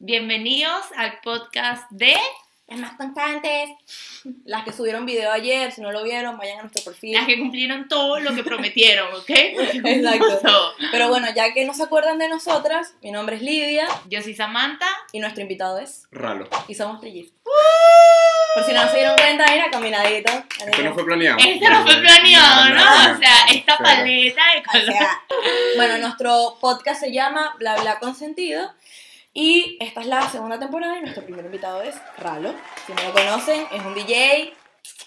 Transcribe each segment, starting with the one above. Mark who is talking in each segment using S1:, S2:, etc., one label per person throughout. S1: bienvenidos al podcast de
S2: Las más constantes. Las que subieron video ayer, si no lo vieron, vayan a nuestro perfil.
S1: las que cumplieron todo lo que prometieron, ¿ok? Porque cumplimos
S2: Exacto.
S1: todo.
S2: Pero bueno, ya que no se acuerdan de nosotras, mi nombre es Lidia
S1: Yo soy Samantha.
S2: y nuestro invitado es.
S3: Ralo.
S2: Y somos trillizos. Por si no se dieron cuenta, mira, caminadito.
S3: Esto no fue planeado.
S1: Esto Este no fue planeado, ¿no? O sea, esta
S3: Claro.
S1: paleta de
S2: O
S1: color.
S2: sea, bueno, nuestro podcast se llama Bla Bla Consentido. Y esta es la segunda temporada y nuestro primer invitado es Ralo. Si no lo conocen, es un DJ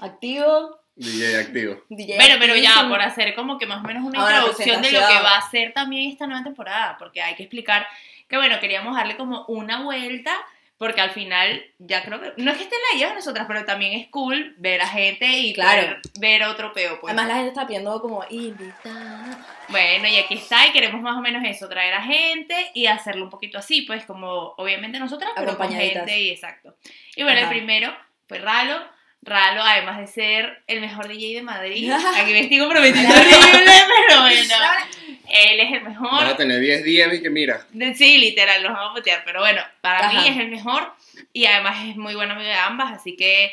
S2: activo.
S3: DJ activo.
S2: DJ
S1: Bueno, pero ya,
S2: activísimo.
S1: por hacer como que más o menos una
S2: Ahora,
S1: introducción de lo que
S2: presentación.
S1: va a ser también esta nueva temporada, porque hay que explicar que, bueno, queríamos darle como una vuelta, porque al final, ya creo que, no es que estén la idea de nosotras, pero también es cool ver a gente y
S2: Claro.
S1: poder ver otro peo, pues.
S2: Además, la gente está pidiendo como invitada.
S1: Bueno, y aquí está, y queremos más o menos eso, traer a gente y hacerlo un poquito así, pues como obviamente nosotras, pero con
S2: Acompañaditas.
S1: gente y exacto. Y bueno,
S2: Ajá.
S1: el primero fue Ralo. Ralo, además de ser el mejor DJ de Madrid, aquí me sigo prometiendo horrible, pero bueno, él es el
S3: Vas
S1: mejor.
S3: a tener 10 días y que mira.
S1: De- Sí, literal, los vamos a putear, pero bueno, para mí
S2: Ajá.
S1: es el mejor y además es muy buen amigo de ambas, así que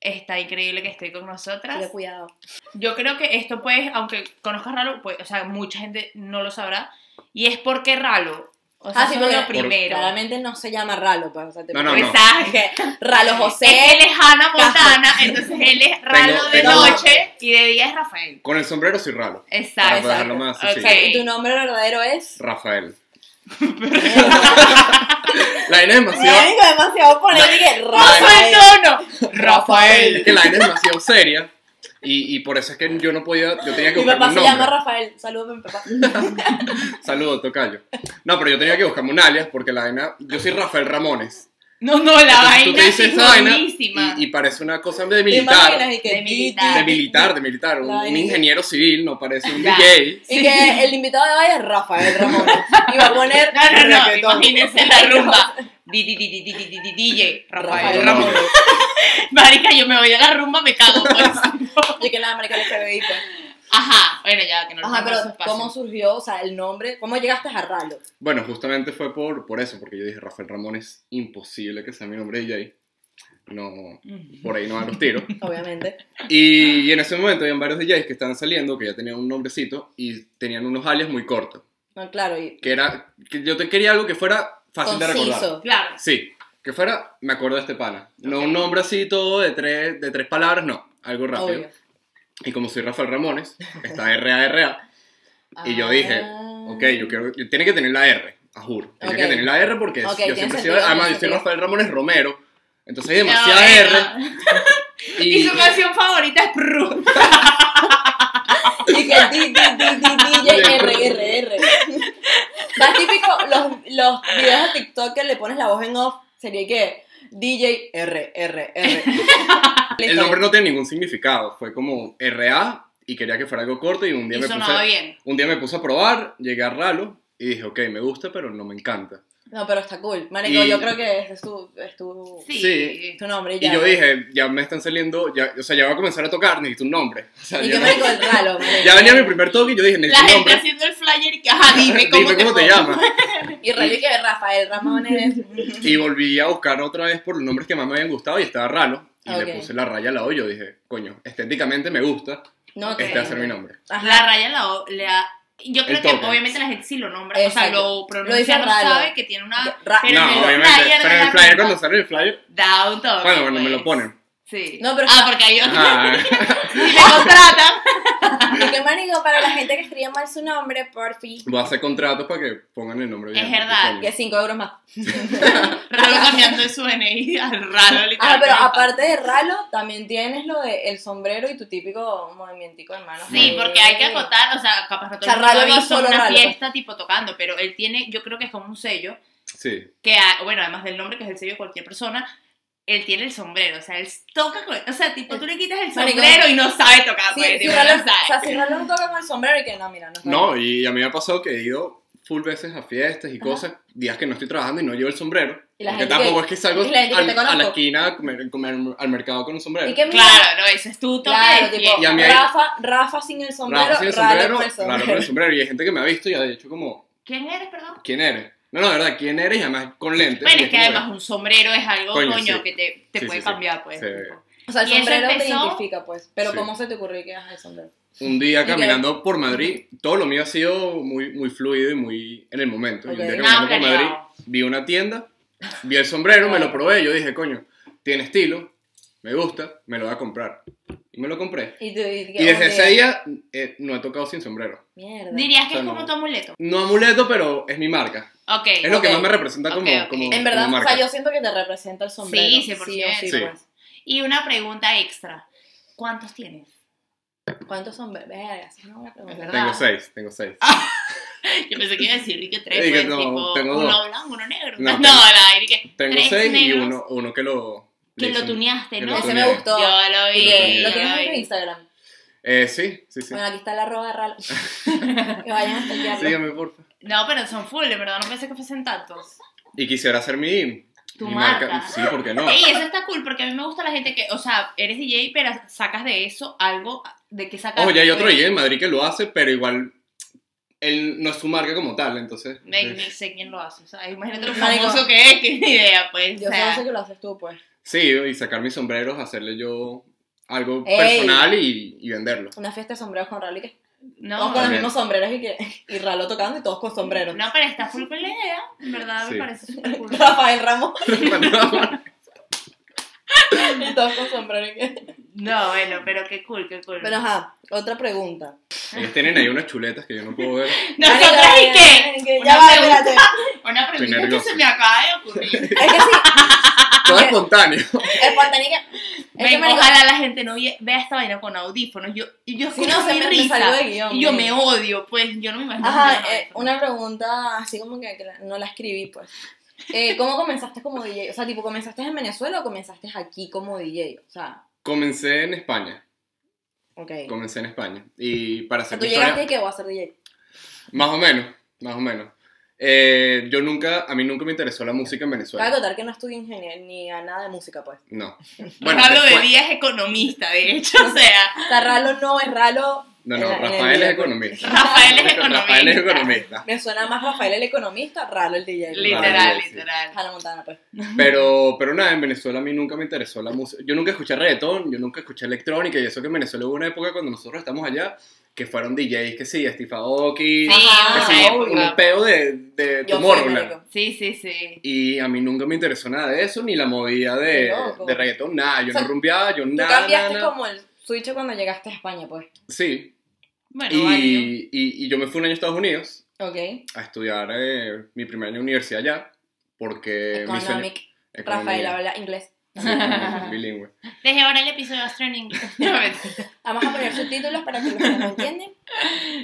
S1: está increíble que esté con nosotras.
S2: Pero cuidado.
S1: Yo creo que esto, pues, aunque conozcas Ralo, pues, o sea, mucha gente no lo sabrá. Y es porque Ralo. O sea,
S2: Ah, sí,
S1: eso es lo
S2: porque-
S1: primero.
S2: Claramente no se llama Ralo, pues, o sea, te
S3: No, no, no.
S1: Exacto.
S2: Porque Ralo
S1: Es que
S2: José.
S1: él es Hannah Montana, entonces él es Ralo de
S3: tengo-
S1: noche y de día es Rafael.
S3: Con el sombrero soy Ralo. Para
S1: Exacto.
S2: Rafael.
S3: dejarlo más
S1: Ok.
S3: así.
S2: Y tu nombre verdadero es.
S3: Rafael. la vaina es demasiado.
S2: Marico, demasiado polémico. que
S1: ¡Rafael
S2: Rafael.
S1: no, no!
S3: Es que la vaina es demasiado seria. Y, y por eso es que yo no podía. Yo tenía que
S2: Mi
S3: buscar
S2: papá
S3: un
S2: se
S3: nombre.
S2: llama Rafael. Saludos a mi papá.
S3: Saludos, tocayo. No, pero yo tenía que buscarme un alias porque la vaina. Yo soy Rafael Ramones.
S1: No, no, la
S3: Entonces tú
S1: vaina
S3: te dices
S1: es
S3: esa vaina
S1: buenísima.
S3: y, y parece una cosa de
S2: ¿Te imaginas?
S3: militar.
S2: Y que,
S1: De militar.
S3: De militar, de militar. Un,
S2: La vaina.
S3: un ingeniero civil, no parece un
S1: Ya.
S3: DJ.
S2: Y que el invitado de hoy es Rafael Ramón. Y va a poner.
S1: No, no, no,
S2: reggaetón.
S1: imagínense la rumba. Di, di, di, di, di, di, di, di, DJ, Rafael
S2: Rafael
S1: Ramón.
S2: Ramón.
S1: Marica, yo me voy a la rumba, me cago. Pues.
S2: Y que nada, marica, le cagadito.
S1: Ajá, bueno, ya que no
S2: Ajá,
S1: nos
S2: pero ¿cómo surgió? O sea, el nombre. ¿Cómo llegaste a Ralo?
S3: Bueno, justamente fue por, por eso, porque yo dije, Rafael Ramón es imposible que sea mi nombre DJ. No, por ahí no van los tiros.
S2: Obviamente.
S3: Y, y en ese momento habían varios DJs que estaban saliendo, que ya tenían un nombrecito y tenían unos alias muy cortos.
S2: No, claro. Y
S3: Que era, que yo te quería algo que fuera fácil de recordar.
S2: conciso.
S1: Claro.
S3: Sí, que fuera, me acuerdo de este pana. No un nombre así todo de tres, de tres palabras, no, algo rápido.
S2: Obvio.
S3: Y como soy Rafael Ramones, está RARA. Y yo dije,
S2: Ah.
S3: ok, yo quiero, yo- tiene que tener la R, a juro. Tiene
S2: Ok.
S3: que tener la R porque es-
S2: Ok,
S3: yo
S2: tiene
S3: siempre he
S2: sentido,
S3: sido, además
S2: tiene
S3: yo soy
S2: sentido.
S3: Rafael Ramones Romero, entonces hay
S1: No,
S3: demasiada
S1: venga.
S3: R.
S1: Y
S3: Y,
S1: su canción favorita es Prru.
S2: Y que el di- di- di- di- DJ R, R, R. Más típico los, los videos de TikTok que le pones la voz en off, sería que DJ R, R, R.
S3: el nombre no tiene ningún significado, fue como RA y quería que fuera algo corto y un día
S1: Y
S3: me
S1: sonaba
S3: puse,
S1: bien.
S3: un día me puse a probar, llegué a Ralo y dije, ok, me gusta pero no me encanta.
S2: No, pero está cool. Marico,
S3: Y-
S2: yo creo que ese es tu, es tu,
S1: Sí.
S3: Sí.
S2: tu nombre.
S3: Y
S2: ya.
S3: yo dije, ya me están saliendo, ya, o sea, ya va a comenzar a tocar, necesito un nombre. O sea,
S2: Y
S3: ya,
S2: que marico, el ralo, marico.
S3: ya venía mi primer toque y yo dije,
S1: La
S3: necesito un
S1: gente
S3: nombre.
S1: haciendo el flyer y que, ajá, dime cómo,
S3: Dime cómo te
S1: pongo.
S3: llamas.
S2: Y ralo y que Rafael Ramones.
S3: Y volví a buscar otra vez por los nombres que más me habían gustado y estaba Ralo. Y
S2: Ok.
S3: le puse la raya al lado y yo dije, coño, estéticamente me gusta.
S2: No,
S1: Ok.
S3: Este va a ser mi nombre.
S2: Ajá.
S1: La raya la, o- le ha- Yo creo
S3: El
S1: que
S3: toque.
S1: obviamente la gente sí lo nombra, o sea,
S2: Exacto.
S1: lo
S2: Lo dice
S1: pronuncia, lo
S2: raro.
S1: sabe que tiene una...
S2: Ra-
S1: Pero
S3: no,
S1: en el
S3: obviamente.
S1: flyer
S3: Ah, pero
S1: de
S3: en el
S1: la
S3: flyer,
S1: rumba.
S3: cuando sale el flyer.
S1: Da un toque.
S3: Bueno, cuando me
S1: pues.
S3: lo ponen.
S1: Sí.
S2: No, pero-
S1: ah, porque hay otro.
S3: Ah,
S1: Y le contratan.
S2: Y que marico, para la gente que escribe mal su nombre, por fin.
S3: voy a hacer contratos para que pongan el nombre bien.
S1: Es verdad.
S2: Que 5 euros más.
S1: Raro cambiando de su DNI al raro, literalmente.
S2: Ah, pero aparte de ralo, también tienes lo de el sombrero y tu típico movimentico de manos.
S1: Sí, porque hay que acotar, o sea, capaz no todo
S2: O sea,
S1: el mundo
S2: raro
S1: ha
S2: no es
S1: visto
S2: solo
S1: una
S2: raro,
S1: fiesta tipo tocando, pero él tiene, yo creo que es como un sello,
S3: Sí.
S1: que, ha- bueno, además del nombre, que es el sello de cualquier persona, él tiene el sombrero, o sea, él toca con, o sea, tipo, tú le quitas el
S2: Marico.
S1: sombrero y no sabe tocar,
S2: Sí,
S1: pues,
S2: si
S1: tipo,
S2: ralo,
S1: no
S2: o sea,
S1: sabe.
S2: si ralo no toca con el sombrero y que no, mira, no. está
S3: No,
S2: bien.
S3: y a mí me ha pasado que he ido full veces a fiestas y cosas, días que no estoy trabajando y no llevo el sombrero.
S2: Y la
S3: porque
S2: gente
S3: tampoco
S2: que-
S3: es que salgo
S2: y la gente que
S3: al-
S2: te
S3: a la
S2: conozco.
S3: esquina a comer- comer al mercado con un sombrero.
S2: Y que mira,
S1: Claro, no, eso es tu toque
S2: claro,
S1: de
S2: tipo,
S1: fiesta.
S3: Y a mí hay-
S2: Rafa, Rafa sin el sombrero,
S3: Raro sin el
S2: ralo
S3: sombrero,
S2: con el
S3: raro con
S2: sombrero.
S3: el sombrero. Y hay gente que me ha visto y ha dicho como,
S1: ¿Quién eres, perdón?
S3: ¿quién eres? No, no, de verdad, ¿quién eres? Y además con lentes.
S1: Bueno,
S3: y
S1: es que
S3: como,
S1: además un sombrero es algo,
S3: Coño,
S1: coño,
S3: sí.
S1: que te, te
S3: Sí,
S1: puede
S3: sí, sí.
S1: cambiar, pues.
S3: Sí.
S2: O sea, el
S1: Y eso
S2: sombrero te
S1: empezó-
S2: identifica, pues. Pero
S3: Sí.
S2: ¿cómo se te ocurrió que hagas el sombrero?
S3: Un día
S2: que-
S3: caminando por Madrid, todo lo mío ha sido muy, muy fluido y muy en el momento. Y
S2: Ok.
S3: un día
S1: Nada
S3: caminando por Madrid,
S1: planeado.
S3: vi una tienda, vi el sombrero, me lo probé. Yo dije, coño, tiene estilo, me gusta, me lo voy a comprar. Y me lo compré.
S2: Y, tú- y-
S3: Y desde
S2: ok,
S3: ese día eh, no he tocado sin sombrero.
S2: Mierda.
S1: Dirías que
S3: O sea,
S1: es como
S3: no.
S1: tu amuleto.
S3: No amuleto, pero es mi marca.
S1: Ok.
S3: Es lo que
S2: Ok.
S3: más me representa como,
S1: Ok, ok.
S3: como-
S2: En verdad,
S3: como
S2: o
S3: marca.
S2: sea, yo siento que te representa el sombrero.
S1: Sí,
S2: sí,
S1: 100%.
S2: sí,
S3: Sí.
S2: pues.
S1: Y una pregunta extra. ¿Cuántos tienes?
S2: ¿Cuántos sombreros? Verga, sí, no voy a
S1: Es
S2: preguntar.
S1: verdad. Ah,
S3: Tengo seis, tengo seis.
S1: Yo pensé que iba a decir que tres,
S3: Dije,
S1: pues,
S3: no,
S1: tipo,
S3: tengo
S1: uno
S3: dos.
S1: blanco, uno negro.
S3: No,
S1: No,
S3: tengo-
S1: la dije,
S3: Tengo
S1: tres
S3: seis y
S1: negros
S3: uno, uno que lo...
S1: que
S3: le
S1: lo
S3: hizo-
S1: tuneaste,
S3: que
S1: ¿no?
S3: lo
S2: Ese
S3: tuneé.
S2: me gustó.
S1: Yo lo vi.
S3: tuneé.
S2: Lo
S1: yo
S2: tienes en tu
S1: vi.
S2: Instagram.
S3: Eh, sí, sí, sí.
S2: Bueno, aquí está el arroba ralo. que vayan a stalkearlo.
S3: Sígueme, porfa.
S1: No, pero son full, de verdad, no pensé que fuesen tantos.
S3: Y quisiera hacer mi,
S1: Tu
S3: mi
S1: marca.
S3: Sí, ¿por qué no?
S1: Ey, eso está cool, porque a mí me gusta la gente que, o sea, eres DJ, pero sacas de eso algo de que sacas.
S3: Ojo, ya hay otro
S1: DJ.
S3: DJ en Madrid que lo hace, pero igual él no es su marca como tal, entonces.
S1: Ni
S3: eh,
S1: sé quién lo hace, o sea, imagínate lo
S2: Marico.
S1: famoso que es, que ni idea, pues.
S2: Yo
S1: o sea,
S2: solo sé que lo haces tú, pues.
S3: Sí, y sacar mis sombreros, hacerle yo algo
S2: Ey.
S3: personal y, y venderlo.
S2: Una fiesta de sombreros con Ralo y que. Todos
S1: no,
S2: con los
S3: También.
S2: mismos sombreros y que. Y Ralo tocando y todos con sombreros.
S1: no, pero está full con la idea, en verdad,
S3: Sí.
S1: me parece súper cool.
S2: Rafael Ramos
S3: Pero
S2: y todos con sombreros y que.
S1: No, bueno, pero qué cool, qué cool.
S2: Pero ajá, otra pregunta.
S3: Ellos tienen ahí unas chuletas que yo no puedo ver.
S1: ¿Nosotras
S2: Marica,
S1: y qué?
S2: que
S1: Una
S2: Ya va,
S1: pregunta-
S2: espérate.
S1: Una
S3: Estoy
S1: pregunta que
S3: nervioso.
S1: se me acaba de ocurrir.
S2: Es que sí,
S1: Ah,
S3: Todo espontáneo.
S2: espontánea. Es que
S1: Ven,
S2: marico,
S1: ojalá la gente no vie- vea esta vaina con audífonos. Yo, y yo
S2: Si
S1: escucho
S2: no, se
S1: mi
S2: me- me
S1: risa
S2: salió de guión,
S1: y yo me
S2: marico.
S1: odio, pues yo no me imagino.
S2: Ajá,
S1: que me
S2: eh,
S1: odio.
S2: una pregunta así como que, que la- no la escribí, pues. Eh, ¿Cómo comenzaste como DJ? O sea, tipo, ¿comenzaste en Venezuela o comenzaste aquí como DJ? O sea,
S3: Comencé en España.
S2: ok. O
S3: Comencé en España. Y para
S2: sea,
S3: hacer
S2: tú
S3: mi historia-
S2: llegaste y que voy a ser DJ.
S3: Más o menos, más o menos. Eh, yo nunca, a mí nunca me interesó la música en
S2: Cabe
S3: Venezuela.
S2: contar que no estudié ingeniería ni a nada de música, pues.
S3: No.
S1: Ralo de
S3: después-
S1: día es economista, de hecho, o sea,
S2: O sea, ralo no es ralo.
S3: No,
S2: en
S3: no,
S2: la- en el
S3: Rafael
S2: DJ,
S3: es
S2: pues.
S3: economista.
S1: Rafael es economista.
S3: Rafael es economista.
S2: Me suena más Rafael el economista, ralo el DJ.
S1: literal,
S3: Ralo, sí.
S1: literal.
S2: Hannah Montana, pues.
S3: Pero, pero nada, en Venezuela a mí nunca me interesó la música. Yo nunca escuché reggaetón, yo nunca escuché electrónica. Y eso que en Venezuela hubo una época cuando nosotros estamos allá que fueron DJs que sí, Steve Aoki,
S1: Sí,
S2: Ajá,
S1: una
S3: que sí,
S1: época.
S3: un peo de,
S2: ah, Yo
S3: de
S2: fui
S3: Tomorrowland.
S2: marico.
S1: Sí, sí, sí.
S3: Y a mí nunca me interesó nada de eso, ni la movida
S2: Qué
S3: de,
S2: loco.
S3: de reggaetón, nada. Yo
S2: O sea,
S3: no rumbeaba, yo
S2: Tú
S3: nada.
S2: cambiaste
S3: nada, nada.
S2: como el switch cuando llegaste a España, pues.
S3: Sí,
S1: Bueno, válido.
S3: Y, y- y yo me fui un año a Estados Unidos
S2: Ok.
S3: a estudiar eh, mi primer año de universidad allá, porque... mi sueño-
S2: Economic.
S3: Economía.
S2: Rafael habla inglés.
S3: Sí, economía, bilingüe.
S1: Desde ahora el episodio va a estar en inglés. No, mentira.
S2: Vamos a poner subtítulos para que los que no entienden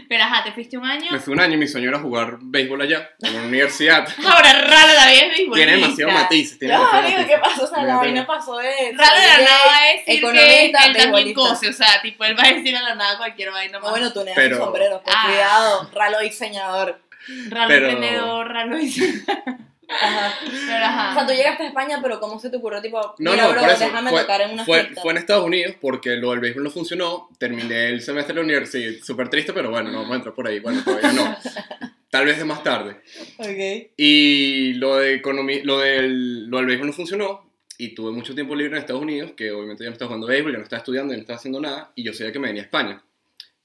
S1: Pero ajá, te fuiste un año.
S3: Me fui un año y mi sueño era jugar béisbol allá, en una universidad.
S1: Ah, Ahora Ralo también es beisbolista.
S3: tiene demasiado matices, tiene
S2: No,
S3: demasiado
S2: amigo,
S3: matices.
S2: ¿qué pasó? O sea, la
S3: Mira,
S2: vaina
S3: tengo-
S2: pasó de.
S1: Ralo de la
S2: DJ,
S1: nada va a decir que él
S2: economista,
S1: también
S2: beisbolista.
S1: cose, o sea, tipo, él va a decir a la nada cualquier vaina
S2: No,
S1: más.
S2: Ah, bueno, tú neas
S3: Pero-
S2: tu sombrero, pues,
S1: Ah.
S2: cuidado, ralo diseñador.
S1: Ralo
S3: Pero-
S1: emprendedor, Ralo
S2: Ajá.
S1: Pero
S2: O sea,
S1: ajá.
S2: tú llegaste a España, pero ¿cómo se te ocurrió? Tipo,
S3: No,
S2: mira,
S3: no,
S2: bro,
S3: por eso.
S2: déjame
S3: fue,
S2: tocar en una
S3: fue,
S2: fiesta.
S3: fue en Estados Unidos porque lo del béisbol no funcionó. Terminé el semestre de la universidad, súper triste, pero bueno, no vamos a entrar por ahí. Bueno, todavía no. Tal vez de más tarde.
S2: Ok.
S3: Y lo de economía, lo del, lo del béisbol no funcionó y tuve mucho tiempo libre en Estados Unidos, que obviamente ya no estaba jugando béisbol, ya no estaba estudiando, ya no estaba haciendo nada, y yo sabía que me venía a España.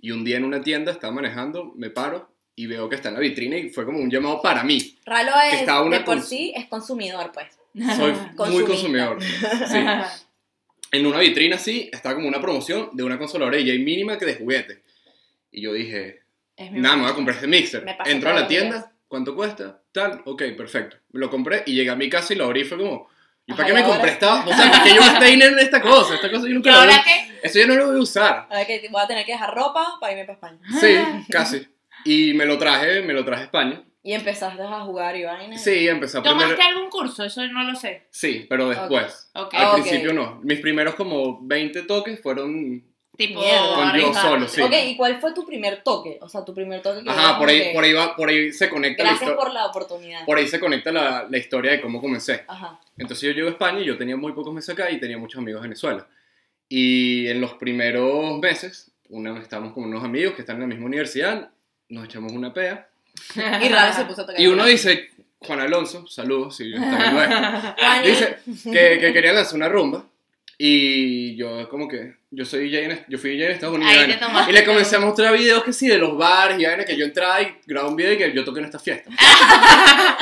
S3: Y un día en una tienda estaba manejando, me paro y veo que está en la vitrina y fue como un llamado para mí.
S2: Ralo
S3: Que estaba
S2: es,
S3: una
S2: de por
S3: cons-
S2: sí, es consumidor, pues.
S3: Soy muy
S2: Consumista.
S3: consumidor. Sí. En una vitrina así estaba como una promoción de una consola orella y mínima que de juguete. Y yo dije,
S1: Es mi
S3: Nada, me voy a comprar este mixer.
S2: Me pasa
S3: Entro a la
S2: todos los
S3: tienda,
S2: días.
S3: ¿cuánto cuesta? Tal, ok, perfecto. Me lo compré y llegué a mi casa y lo abrí y fue como, ¿y
S2: Ajá,
S3: para qué
S2: ¿y
S3: me
S2: ahora?
S3: compré esta? O sea, ¿para qué yo gasté dinero en esta cosa? Esta cosa yo
S1: ¿Y
S3: nunca la voy
S1: ahora
S3: a-
S1: qué?
S3: Eso yo no lo voy a usar.
S2: A ver, que voy a tener que dejar ropa para irme para España.
S3: Sí, casi. Y me lo traje, me lo traje a España.
S2: Y empezaste a jugar y vaina.
S3: Sí, empecé a aprender.
S1: ¿Tomaste algún curso? Eso no lo sé.
S3: Sí, pero después.
S1: Ok.
S3: Al
S2: Ah, ok.
S3: principio no. Mis primeros como 20 toques fueron...
S1: Tipo,
S2: Mierda.
S3: Con yo
S1: arriba.
S3: solo, sí.
S2: Ok, ¿y cuál fue tu primer toque? O sea, tu primer toque que
S3: Ajá, por
S2: como
S3: ahí,
S2: que,
S3: por ahí, va, por ahí se conecta la
S2: Gracias
S3: historia.
S2: por la oportunidad.
S3: Por ahí se conecta la, la historia de cómo comencé.
S2: Ajá.
S3: Entonces yo llego a España y yo tenía muy pocos meses acá y tenía muchos amigos de Venezuela. Y en los primeros meses, una vez estábamos con unos amigos que están en la misma universidad, nos echamos una pea.
S2: Y Ralo se puso a tocar.
S3: Y uno dice, Juan Alonso, saludos, si está viendo esto. Dice que, que querían lanzar una rumba. Y yo, como que, yo soy DJ en- yo fui DJ en Estados Unidos.
S1: Ahí
S3: vaina.
S1: te tomaste
S3: y le comencé a mostrar videos que sí, de los bares y vaina que yo entraba y grababa un video y que yo toqué en esta fiesta.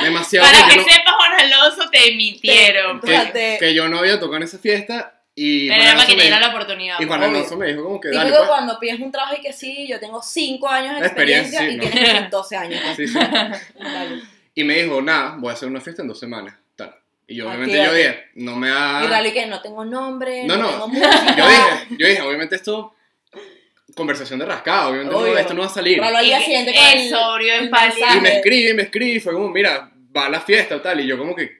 S3: Demasiado
S1: Para que
S3: que yo, no,
S1: sepas, Juan Alonso, te emitieron.
S2: Te-
S1: pues.
S2: Fíjate.
S3: que, que yo no había tocado en esa fiesta. Y
S1: Pero
S3: Juan
S1: era para que
S3: Alonso
S1: te
S3: me
S1: diera
S3: dijo-
S1: la oportunidad.
S3: y Juan
S2: Obvio.
S3: Alonso me dijo, como que,
S2: Digo
S3: dale,
S2: que
S3: pues.
S2: cuando pides un trabajo y que sí, yo tengo 5 años de
S3: Experiencia,
S2: experiencia,
S3: sí,
S2: y tienes que 12 años. pues.
S3: Sí, sí.
S2: Dale.
S3: Y me dijo, nada, voy a hacer una fiesta en dos semanas. Tal. Y yo,
S2: Ah,
S3: obviamente,
S2: fíjate.
S3: yo dije, no me
S2: Y
S3: ha.
S2: Rally que no tengo nombre,
S3: Ah. No,
S2: no,
S3: no.
S2: tengo música.
S3: Yo dije, yo dije, obviamente esto. Conversación de rascado, obviamente no,
S2: Obvio.
S3: esto no va a salir.
S2: Ralo al día siguiente con
S1: el
S2: el-
S1: sobrio en
S2: mensaje.
S3: Y me
S2: Ajá.
S3: escribe, y me escribe, y fue como, mira, va a la fiesta tal. Y yo, como que,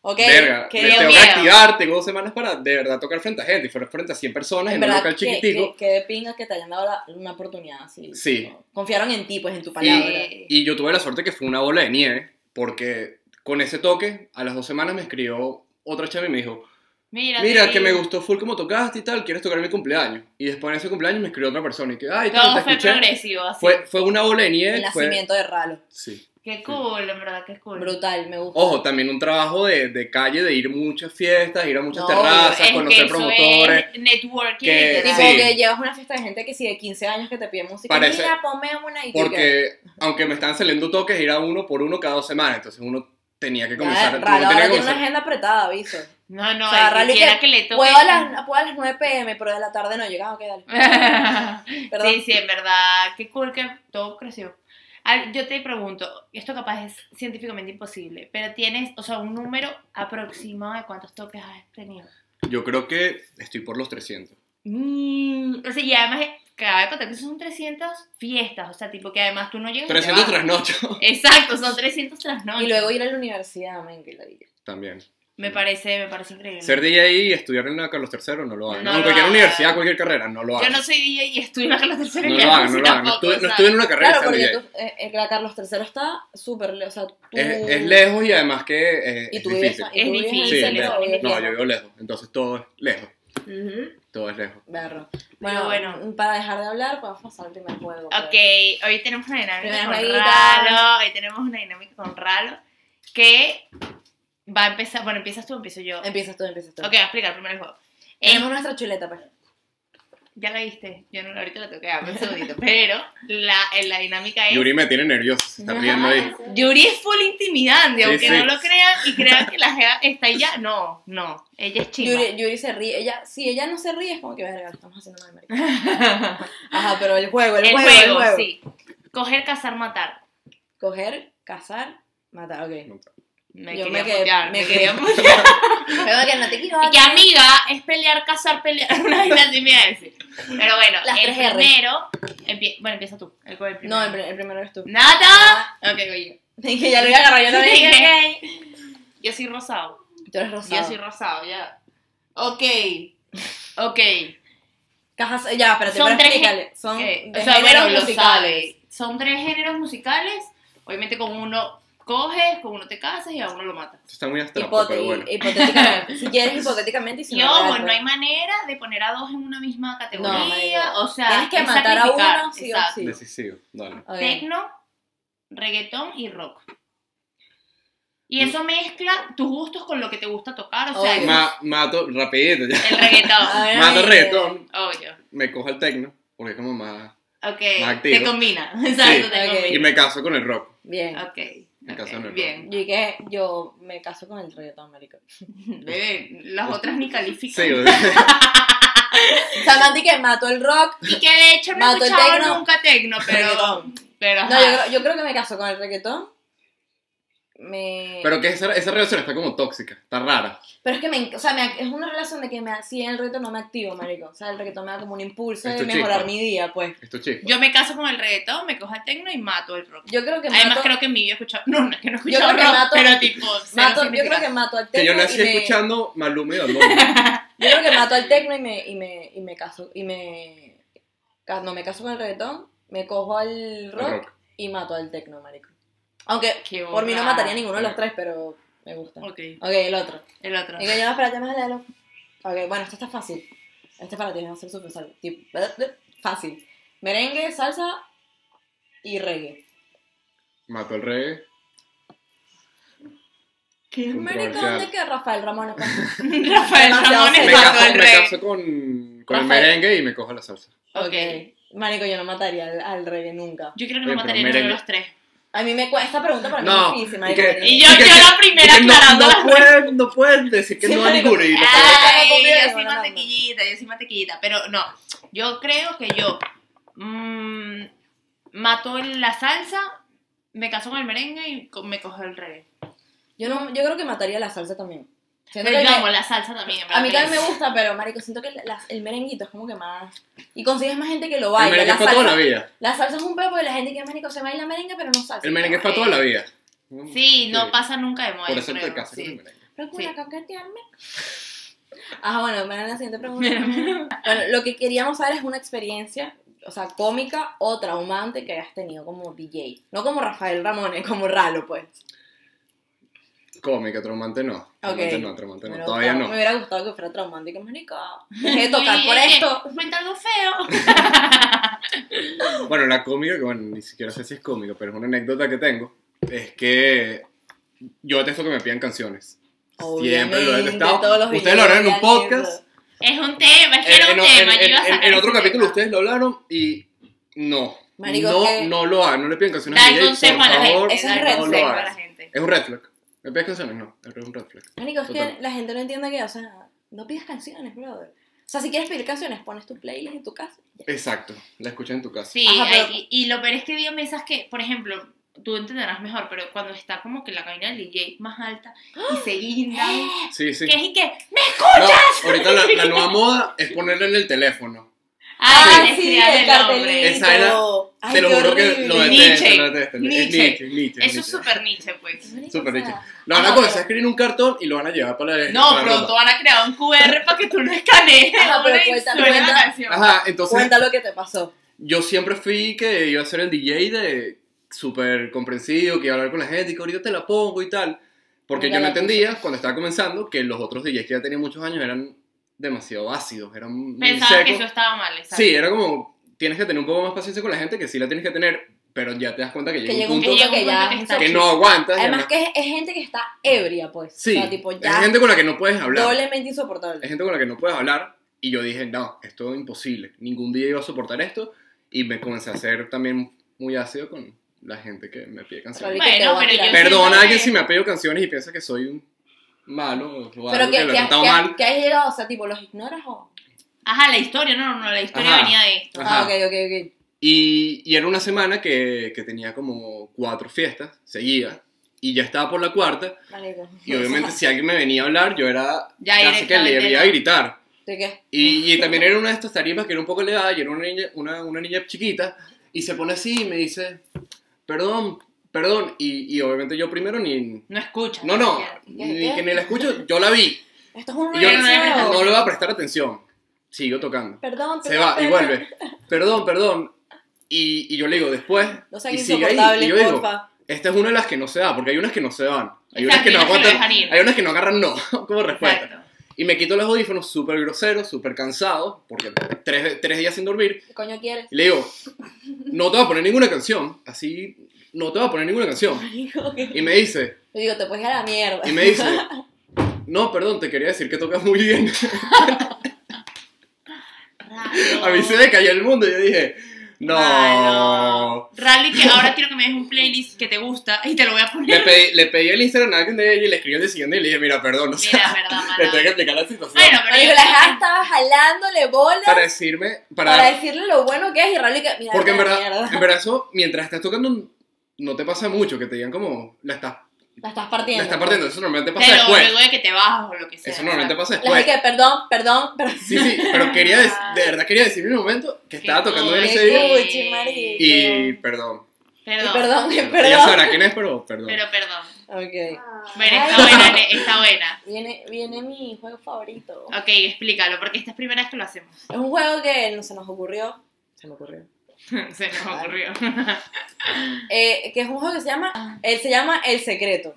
S2: Ok,
S3: verga,
S1: que
S3: me
S1: dio
S3: tengo que
S1: miedo.
S3: activar, tengo dos semanas para de verdad tocar frente a gente. Y fueron frente a 100
S2: en
S3: personas en un
S2: verdad,
S3: local
S2: que,
S3: chiquitico.
S2: que- que de pinga que te hayan dado la- una oportunidad así.
S3: Sí.
S2: Confiaron en ti, pues, en tu palabra.
S1: Sí.
S3: Y yo tuve la suerte que fue una bola de nieve, porque con ese toque, a las dos semanas me escribió otra chava y me dijo,
S1: Mira,
S3: Mira,
S1: te
S3: que
S1: digo.
S3: me gustó full como tocaste y tal, quieres tocar en mi cumpleaños. Y después en ese cumpleaños me escribió otra persona y que, ay,
S1: Todo
S3: tal, te
S1: fue
S3: escuché.
S1: progresivo, así.
S3: Fue, fue una bola de
S2: El
S3: nieve. Fue...
S2: nacimiento de Ralo.
S3: Sí.
S1: Qué cool, en verdad, qué cool.
S2: Brutal, me gusta.
S3: Ojo, también un trabajo de, de calle, de ir a muchas fiestas, ir a muchas
S2: No,
S3: terrazas,
S1: Es que
S3: conocer
S1: eso
S3: promotores.
S1: es networking.
S3: que-
S2: Tipo
S1: literal.
S3: sí.
S2: que llevas una fiesta de gente que sí, de 15 años que te pide música.
S3: Parece-
S2: Mira, ponme una y tú que-
S3: Porque aunque me estaban saliendo toques, era uno por uno cada dos semanas. Entonces uno tenía que
S2: Ya,
S3: comenzar. uno
S2: Ralo
S3: tenía que
S2: ahora tiene una
S3: comenzar.
S2: agenda apretada, aviso.
S1: No, no,
S2: O sea,
S1: el que
S2: Rally
S1: quiera
S2: que
S1: que le toque.
S2: Puedo a, las, puedo a las 9 pm, pero de la tarde no llegaba, ok, dale. Perdón.
S1: sí, sí, en verdad, qué cool que todo creció. Ah, Yo te pregunto, esto capaz es científicamente imposible, pero tienes, o sea, un número aproximado de cuántos toques has tenido.
S3: Yo creo que estoy por los 300.
S1: Mm, o sea, y además, cada contar que son 300 fiestas, o sea, tipo que además tú no llegas. y te
S3: 300
S1: vas.
S3: trasnochos.
S1: Exacto, son 300 tras
S2: Y luego ir a la universidad, men, que la dije.
S3: También.
S1: Me parece, me parece increíble.
S3: Ser DJ y estudiar en la Carlos III no lo hagan.
S1: No
S3: en
S1: lo
S3: cualquier
S1: hagan.
S3: universidad, cualquier carrera, no lo hagan.
S1: Yo no soy DJ y estudio en la clase tercera.
S3: No
S1: y
S3: lo hagan, no lo hagan. No
S1: tampoco,
S3: estuve, no
S1: o sea,
S3: estuve en una carrera
S2: Claro,
S3: de
S2: porque
S3: DJ.
S2: tú, eh, eh, la Carlos III está súper lejos. O sea, tú...
S3: Es, es lejos y además que eh,
S2: Y
S3: es
S2: tú vives,
S3: difícil.
S2: y
S1: Es
S2: tú vives en el
S1: difícil,
S3: Sí,
S1: se
S3: es
S1: le
S2: centro,
S3: lejos.
S1: sabe
S2: vives
S3: No, yo
S2: lejos.
S3: vivo lejos. Entonces todo es lejos.
S2: Ujú.
S3: Todo es lejos.
S2: Berro. Bueno, mm,
S1: bueno.
S2: para dejar de hablar, pues, vamos a pasar al primer juego. pues.
S1: Ok, hoy tenemos una dinámica
S2: Primeras
S1: con
S2: reglas.
S1: Ralo. Hoy tenemos una dinámica con Ralo que va a empezar. Bueno, empiezas tú o empiezo yo.
S2: Empiezas tú, empiezas tú.
S1: Ok, voy a explicar primero el juego. Eh,
S2: Tenemos nuestra chuleta, pues.
S1: ya la viste, yo no, ahorita la toqué, dame un segundito. Pero la, eh, la dinámica es.
S3: Yuri me tiene nervioso. Se está riendo ahí.
S2: Ah,
S1: Yuri es full intimidante,
S3: Sí,
S1: aunque
S3: sí.
S1: no lo crean y crean que la jeva está ahí ya. No, no, ella es chimba.
S2: Yuri, Yuri se ríe. Ella, si ella no se ríe, es como que verga, estamos haciendo mal marica. Ajá, pero el juego, el,
S1: el
S2: juego, el juego.
S1: juego, sí. Coger, cazar, matar.
S2: Coger, cazar, matar. Ok.
S1: Me
S2: Yo
S1: quería
S2: me quedé-
S1: putear,
S2: me
S1: me
S2: quedé-
S1: quería putear.
S2: Pero que no te quiero.
S1: Y amiga, es pelear, cazar, pelear. Una vaina así me iba a decir. Pero bueno,
S2: Las
S1: el
S2: tres R.
S1: primero. empie- bueno, empieza tú. El, con el primero.
S2: No, el, pri- el primero Ah. eres tú.
S1: ¡Nada! Ok, voy
S2: Dije, ya lo voy a agarrar, yo
S1: yo.
S2: no dije.
S1: Yo soy rosado.
S2: Tú eres rosado.
S1: Yo soy rosado, ya. Ok. Ok.
S2: Cajas, eh, ya, espérate,
S1: Son
S2: pero
S1: tres
S2: explícale. Son
S1: okay.
S2: de
S1: o sea,
S2: géneros
S1: bueno, lo
S2: musicales.
S1: sabes. Son tres géneros musicales. Obviamente, con uno coges, con uno te casas y a uno lo matas.
S3: Esto está muy abstracto,
S2: Hipote-
S3: pero bueno.
S2: Hipotéticamente. si quieres, hipotéticamente. Y si
S1: Y
S2: no,
S1: ojo,
S2: real,
S1: no hay manera de poner a dos en una misma categoría.
S2: marica.
S1: o sea,
S2: Tienes que
S1: es
S2: matar a
S1: sacrificar,
S2: uno, sí o
S1: exacto.
S2: sí.
S3: Decisivo. Dale.
S2: pues, Ok.
S1: Tecno, reggaetón y rock. Y
S3: Mm.
S1: eso mezcla tus gustos con lo que te gusta tocar. O sea,
S2: Obvio.
S3: Ma- mato rapidito.
S1: el
S3: Ya.
S1: reggaetón.
S2: Ay,
S3: Mato reggaetón.
S1: Obvio.
S3: Me cojo el tecno. Porque es como más...
S1: Ok.
S3: Más activo.
S1: Te combina. Exacto, te
S2: Ok.
S3: Y
S1: combina.
S3: me caso con el rock.
S2: Bien.
S1: Ok.
S3: Me
S1: ok,
S3: caso en el
S1: Bien.
S2: Yo que yo me caso con el reggaetón, marico.
S1: Bebé, las otras ni califican.
S3: Sí, o sea,
S2: O sea, Manti que mató el rock.
S1: Y que de hecho no he
S2: Mato el
S1: escuchado
S2: tecno.
S1: nunca tecno, pero.
S2: Reggaetón.
S1: pero
S2: No,
S1: ajá.
S2: yo creo, yo creo que me caso con el reggaetón. Me... Pero,
S3: Pero que esa, esa relación está como tóxica. Está rara.
S2: es que me, o sea, me- es una relación de que me, si el reggaetón no me activo, marico. O sea, el reggaetón me da como un impulso
S3: Esto
S2: de
S3: es
S2: mejorar
S3: chispa.
S2: mi día, pues.
S3: Esto chico.
S1: Yo me caso con el reggaetón, me cojo el tecno y mato el rock.
S2: Yo creo que
S1: Además,
S2: mato,
S1: creo que en mi vida he escuchado. No, no es que no he
S2: Yo
S1: escuchado
S2: creo que
S1: rock,
S2: mato-
S1: pero tipo. cero
S2: mato- yo creo
S1: significado.
S2: que mato al
S3: Que
S2: tecno
S3: yo
S2: y
S3: nací
S2: me-
S3: escuchando Maluma y Don Omar.
S2: Yo creo que mato al tecno y me, y me, y me caso, y me... ca- No, me caso con el reggaetón, me cojo al rock,
S3: rock.
S2: y mato al tecno, marico. Aunque
S1: Qué
S2: por mí no
S1: borrada.
S2: mataría a ninguno de los tres, pero me gusta. Ok,
S1: Ah. Ok,
S2: el otro.
S1: el otro.
S2: Y que ya, espérate, más allá de lo... Ok, bueno, esto está fácil. Este para ti va a ser súper sal- tip- eh, fácil. Merengue, salsa y reggae.
S3: Mato el reggae.
S2: ¿Qué
S3: Control,
S2: maricón
S3: claro.
S2: de que Rafael Ramón acá.
S1: Rafael
S2: Demasiado
S1: Ramón es
S3: Me
S2: Paco
S1: Paco
S3: caso,
S1: del
S3: me
S1: Rey.
S3: caso con, con el
S2: Rafael.
S3: merengue y me cojo la salsa.
S1: Ok.
S2: Marico, yo no mataría al, al rey nunca.
S1: Yo creo que
S3: Oye,
S1: no mataría
S3: pero
S1: ninguno de
S3: merengue.
S1: los tres.
S2: A mí me cuesta, esta pregunta para mí
S3: No,
S2: es difícil,
S3: ¿y
S2: marico.
S3: qué?
S1: Y yo,
S3: Es que-
S1: yo la primera
S3: Es que no,
S1: aclarando las
S3: no, pueden, no pueden decir que
S2: Sí,
S3: no a
S2: marico.
S3: ninguno. y no pueden.
S1: Ay,
S2: Ay,
S1: yo soy
S2: no, no, no.
S1: mantequillita, yo soy mantequillita. Pero no, yo creo que yo mm, mato la salsa, me caso con el merengue y co- me cojo el rey.
S2: Yo, no, yo creo que mataría la salsa también. Siento
S1: Pero
S2: que
S1: yo
S2: me-
S1: amo la salsa también. en
S2: a mí
S1: verdad.
S2: también me gusta, pero marico, siento que la- el merenguito es como que más... Y consigues más gente que lo
S3: El
S2: baila.
S3: merengue
S2: la,
S3: es para toda la
S2: salsa,
S3: vida.
S2: la salsa es un pedo porque la gente que marico se baila merengue, pero no salsa.
S3: El merengue es para
S1: ok.
S3: toda la vida.
S1: Sí, no pasa nunca de moda.
S3: Por
S1: yo
S3: eso
S1: creo,
S3: te casas con
S1: sí.
S3: el merengue.
S2: Procura
S1: Sí.
S2: coquetearme. Ah, bueno, me dan la siguiente pregunta. bueno, lo que queríamos saber es una experiencia, o sea, cómica o traumante que hayas tenido como DJ. No como Rafael Ramones, como Ralo, pues.
S3: Cómica, traumante no. Traumante
S2: Ok.
S3: no, traumante
S2: Me
S3: no.
S2: hubiera
S3: Todavía
S2: gustado-
S3: no.
S2: Me hubiera gustado que fuera traumante, que marico. Dejé de tocar por esto.
S1: Cuenta algo eh, feo.
S3: Bueno, la cómica, que bueno, ni siquiera sé si es cómica, pero es una anécdota que tengo, es que yo detesto que me pidan canciones. Siempre lo he
S2: Obviamente,
S3: detestado.
S2: todos los
S3: Ustedes lo hablaron en un
S2: videos de alguien,
S3: podcast.
S1: Es un tema, es que era un
S3: en, en-
S1: tema. yo
S3: Eh, en-
S1: iba a sacar
S3: en otro
S1: ese
S3: capítulo
S1: tema.
S3: ustedes lo hablaron y no.
S2: Marico,
S3: no,
S2: que-
S3: no lo hagan, no le piden canciones
S1: Da
S3: a
S1: el
S3: DJ,
S1: consejo
S3: por
S1: a la
S3: favor,
S1: gente.
S2: es un
S1: da el
S2: red
S3: no
S1: consejo
S3: lo
S1: a la
S3: hagan.
S1: gente.
S3: Es un red flag. ¿Me pides canciones? No, es un red flag.
S2: Marico, es que
S3: Total.
S2: la gente no entiende que, o sea, no pidas canciones, brother. O sea, si quieres pedir canciones, pones tu playlist en tu casa. ya.
S3: Exacto, la escuché en tu casa.
S1: Sí,
S2: Ajá, pero-
S1: hay- y, y lo peor es que había mesas que, por ejemplo, tú entenderás mejor, pero cuando está como que la cabina del DJ más alta y se guinda,
S3: Sí, sí.
S1: que es y que, ¡me
S3: No, ahorita la, la nueva moda es ponerla en el teléfono.
S1: Ah,
S2: Ay,
S1: le escribas el nombre!
S3: cartelito. Esa era-
S2: Ay,
S3: Te lo
S2: qué
S3: juro que lo
S2: horrible.
S1: Nietzsche.
S3: detesto, lo detesto. Es
S1: Nietzsche.
S3: Nietzsche,
S1: Eso
S3: Nietzsche,
S1: es
S3: Nietzsche.
S1: súper niche, pues.
S2: Marico,
S3: Súper
S2: o sea,
S3: niche. No, una
S2: Ajá,
S3: cosa es
S2: pero-
S3: escribir un cartón y lo van a llevar para la para
S1: No,
S3: la
S1: pronto
S3: broma.
S1: van a crear un QR para que tú lo escanees.
S2: Ajá, Ah, pero
S1: ahora y
S2: cuenta-
S1: suena la
S2: cuenta-
S1: canción.
S3: Ajá, entonces
S2: Cuenta lo que te pasó.
S3: yo siempre fui que iba a ser el DJ de súper comprensivo, que iba a hablar con la gente y que ahorita te la pongo y tal. Porque
S2: Nunca
S3: yo no
S2: la
S3: entendía cuando estaba comenzando que los otros DJs que ya tenían muchos años eran demasiado ácidos, eran muy
S1: Pensabas que
S3: secos.
S1: eso estaba mal, exacto.
S3: Sí, era como, tienes que tener un poco más paciencia con la gente, que sí la tienes que tener, pero ya te das cuenta que llega,
S2: llega
S3: un
S2: un
S1: Que
S3: punto
S1: llega un
S2: que
S1: punto
S2: ya-
S1: que está
S3: que no aguantas. y
S2: Además
S3: además-
S2: que es, es gente que está ebria, pues.
S3: Sí,
S2: O sea, tipo,
S3: es
S2: ya
S3: gente con la que no puedes hablar.
S2: doblemente insoportable.
S3: Es gente con la que no puedes hablar. Y yo dije, no, esto es imposible. Ningún día iba a soportar esto. Y me comencé a hacer también muy ácido con la gente que me pide canciones.
S2: que te
S1: Bueno,
S2: voy a
S1: pero eh, yo
S2: tirar.
S3: Perdona a
S1: siento
S3: alguien
S1: que-
S3: si me ha pedido canciones y piensa que soy un malo o
S2: Pero
S3: algo
S2: que,
S3: que
S2: que,
S3: lo he cantado
S2: que-
S3: mal.
S2: que has llegado, o sea, tipo, ¿los ignoras o...?
S1: Ajá, la historia, no, no, no, la historia
S3: Ajá.
S1: venía de esto.
S3: Ajá.
S2: Ah, ok, ok, ok.
S3: Y, y era una semana que, que tenía como cuatro fiestas seguidas. Y ya estaba por la cuarta.
S2: Marico.
S3: Y obviamente si alguien me venía a hablar, yo era
S1: Ya
S3: casi que le
S1: directamente,
S3: iba a
S1: ¿no?
S3: gritar.
S2: ¿De qué?
S3: Y, y también era una de estas tarimas que era un poco elevada y era una niña, una, una niña chiquita y se pone así y me dice, perdón, perdón. Y, y obviamente yo primero ni...
S1: No escucha.
S3: No, no,
S1: siquiera.
S3: ni que ni la escucho, yo la vi.
S2: Esto es un
S3: Y yo
S1: no-
S2: regreso.
S3: no le voy a prestar atención. Sigo tocando.
S2: Perdón,
S3: Se
S2: perdón,
S3: va y
S2: perdón.
S3: vuelve. Perdón, perdón. Y, y yo le digo después.
S2: No sean
S3: y sigue ahí. Y
S2: insoportables,
S3: yo digo,
S2: porfa.
S3: esta es una de las que no se da, porque hay unas que no se van. Hay unas
S1: Exacto, hay unas que
S3: que no
S1: lo
S3: aguantan.
S1: dejan ir.
S3: Hay unas que no agarran no, como respuesta.
S1: Exacto.
S3: Y me quito los audífonos súper grosero, súper cansado, porque tres, tres días sin dormir.
S2: ¿Qué coño quieres?
S3: Y le digo, no te voy a poner ninguna canción. Así, no te voy a poner ninguna canción.
S2: Marico, ¿qué?
S3: Y me dice,
S2: Yo digo, te puedes ir a la mierda.
S3: y me dice, no, perdón, te quería decir que tocas muy bien.
S1: Raro.
S3: A mí se me cayó el mundo. Y yo dije, no.
S1: Raro. Rally, que ahora quiero que me des un playlist que te gusta y te lo voy a
S3: Le
S1: poner.
S3: pedí, le pedí el Instagram a alguien de ella y le escribí el siguiente y le dije, mira, perdón, o sea,
S1: Mira, verdad,
S3: le
S1: mala.
S3: tengo que explicar la situación.
S1: Bueno, pero
S2: Marico,
S1: yo
S2: la
S1: creo que-
S2: jada estaba jalándole bolas
S3: para
S2: para,
S3: decirme, para,
S2: decirle lo bueno que es y Rally que... Mira,
S3: porque en
S2: la
S3: verdad,
S2: mierda.
S3: en verdad eso, mientras estás tocando, no te pasa mucho que te digan como, la estás,
S2: La estás
S3: la
S2: partiendo.
S3: estás partiendo, eso normalmente pasa
S1: Pero
S3: después.
S1: luego de que te bajas o lo que sea.
S3: Eso normalmente pasa
S2: La
S3: después.
S2: gente que, perdón, perdón, perdón.
S3: Sí, sí, pero quería dec- de verdad quería decir en un momento que estaba tocando bien ese día
S2: cool.
S3: y perdón.
S1: Perdón.
S2: Y perdón, y
S3: Ella
S2: perdón.
S3: sabrá quién es, pero perdón.
S1: Pero perdón.
S2: Ok.
S1: Bueno, está
S2: Ay.
S1: buena, ne- está buena.
S2: Viene, viene mi juego favorito.
S1: Ok, explícalo, porque esta es primera vez que lo hacemos.
S2: Es un juego que no se nos ocurrió. Se me ocurrió.
S1: Se nos ocurrió.
S2: Eh, que es un juego que se
S1: Ah.
S2: llama. Él se llama El Secreto.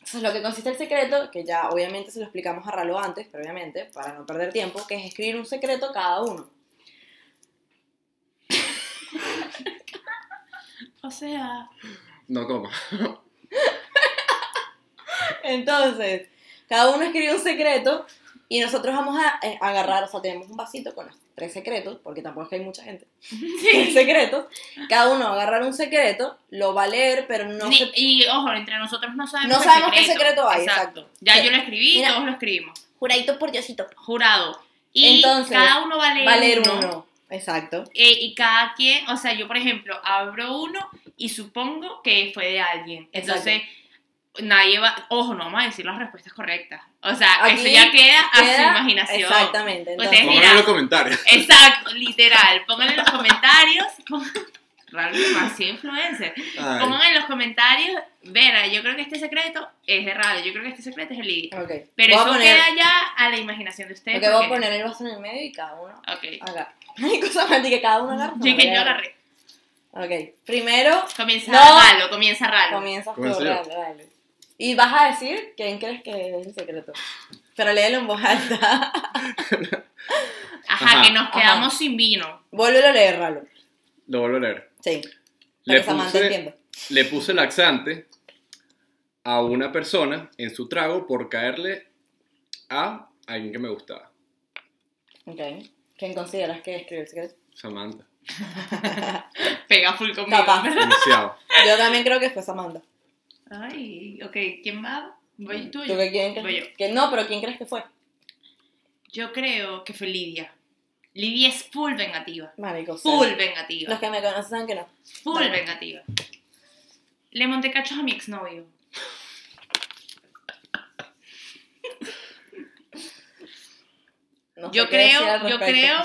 S2: Entonces, lo que consiste el secreto, que ya obviamente se lo explicamos a Ralo antes, pero obviamente, para no perder tiempo, que es escribir un secreto cada uno.
S1: O sea,
S3: No como.
S2: Entonces, cada uno escribe un secreto y nosotros vamos a eh, agarrar, o sea, tenemos un vasito con los tres secretos, porque tampoco es que hay mucha gente. Tres secretos. Cada uno va a agarrar un secreto, lo va a leer, pero no
S1: Ni-
S2: se...
S1: Y ojo, entre nosotros no sabemos,
S2: No
S1: el
S2: sabemos qué secreto hay, exacto.
S1: Ya
S2: Sí.
S1: yo lo escribí,
S2: Mira.
S1: todos lo escribimos.
S2: Juradito por Diosito.
S1: Jurado. Y
S2: Entonces,
S1: cada uno va a leer,
S2: Va a leer
S1: uno.
S2: uno. Exacto.
S1: Eh, y cada quien, o sea, yo por ejemplo abro uno y supongo que fue de alguien. Entonces, nadie va, ojo, no vamos a decir las respuestas correctas. O sea,
S2: Aquí
S1: eso ya queda, a su
S2: Queda-
S1: imaginación.
S2: Exactamente.
S1: Pues
S2: Entonces,
S1: es-
S3: Pónganlo en los comentarios.
S1: Exacto, literal. Pónganlo en los comentarios. Realmente demasiado influencer.
S3: Ay,
S1: Pongan en los comentarios, Vera, yo creo que este secreto es de radio, yo creo que este secreto es el Libby.
S2: ok.
S1: Pero
S2: voy
S1: eso
S2: a poner,
S1: queda ¿eh? ya a la imaginación de ustedes.
S2: ok, voy a Ah,
S1: porque-
S2: poner el vaso en el medio y cada uno
S1: Ok.
S2: agarra. Hay cosas más que cada uno agarra.
S1: Yo que yo
S2: Agarra.
S1: agarré.
S2: Ok, primero
S1: Comienza
S2: No.
S1: ralo, comienza ralo.
S2: comienzas tú,
S3: Comienzo yo.
S2: dale, dale. Y vas a decir quién crees que es el secreto. Pero léelo en voz alta.
S1: Ajá,
S3: Ajá.
S1: que nos
S2: Ajá.
S1: quedamos sin vino.
S2: Vuélvelo a leer, Ralo.
S3: lo vuelvo a leer.
S2: Sí.
S3: Le
S2: Para que Samantha
S3: puse-
S2: entienda.
S3: Le puse laxante a una persona en su trago por caerle a alguien que me gustaba.
S2: Ok. ¿Quién consideras que escribió el secreto?
S3: Samantha.
S1: Pega full conmigo.
S2: Capaz.
S3: Demasiado.
S2: Yo también creo que fue Samantha.
S1: Ay, ok, ¿quién va? Voy tú.
S2: ¿Tú
S1: yo?
S2: que quién crees?
S1: Voy yo.
S2: Que, no, pero ¿quién crees que fue?
S1: Yo creo que fue Lidia. Lidia es full vengativa.
S2: Marico. o sea,
S1: Full vengativa.
S2: Los que me conocen saben que no.
S1: Full
S2: Dale.
S1: vengativa. Le monté cachos a mi exnovio.
S2: No sé
S1: Yo
S2: qué decir al
S1: creo, yo
S2: respecto.
S1: creo.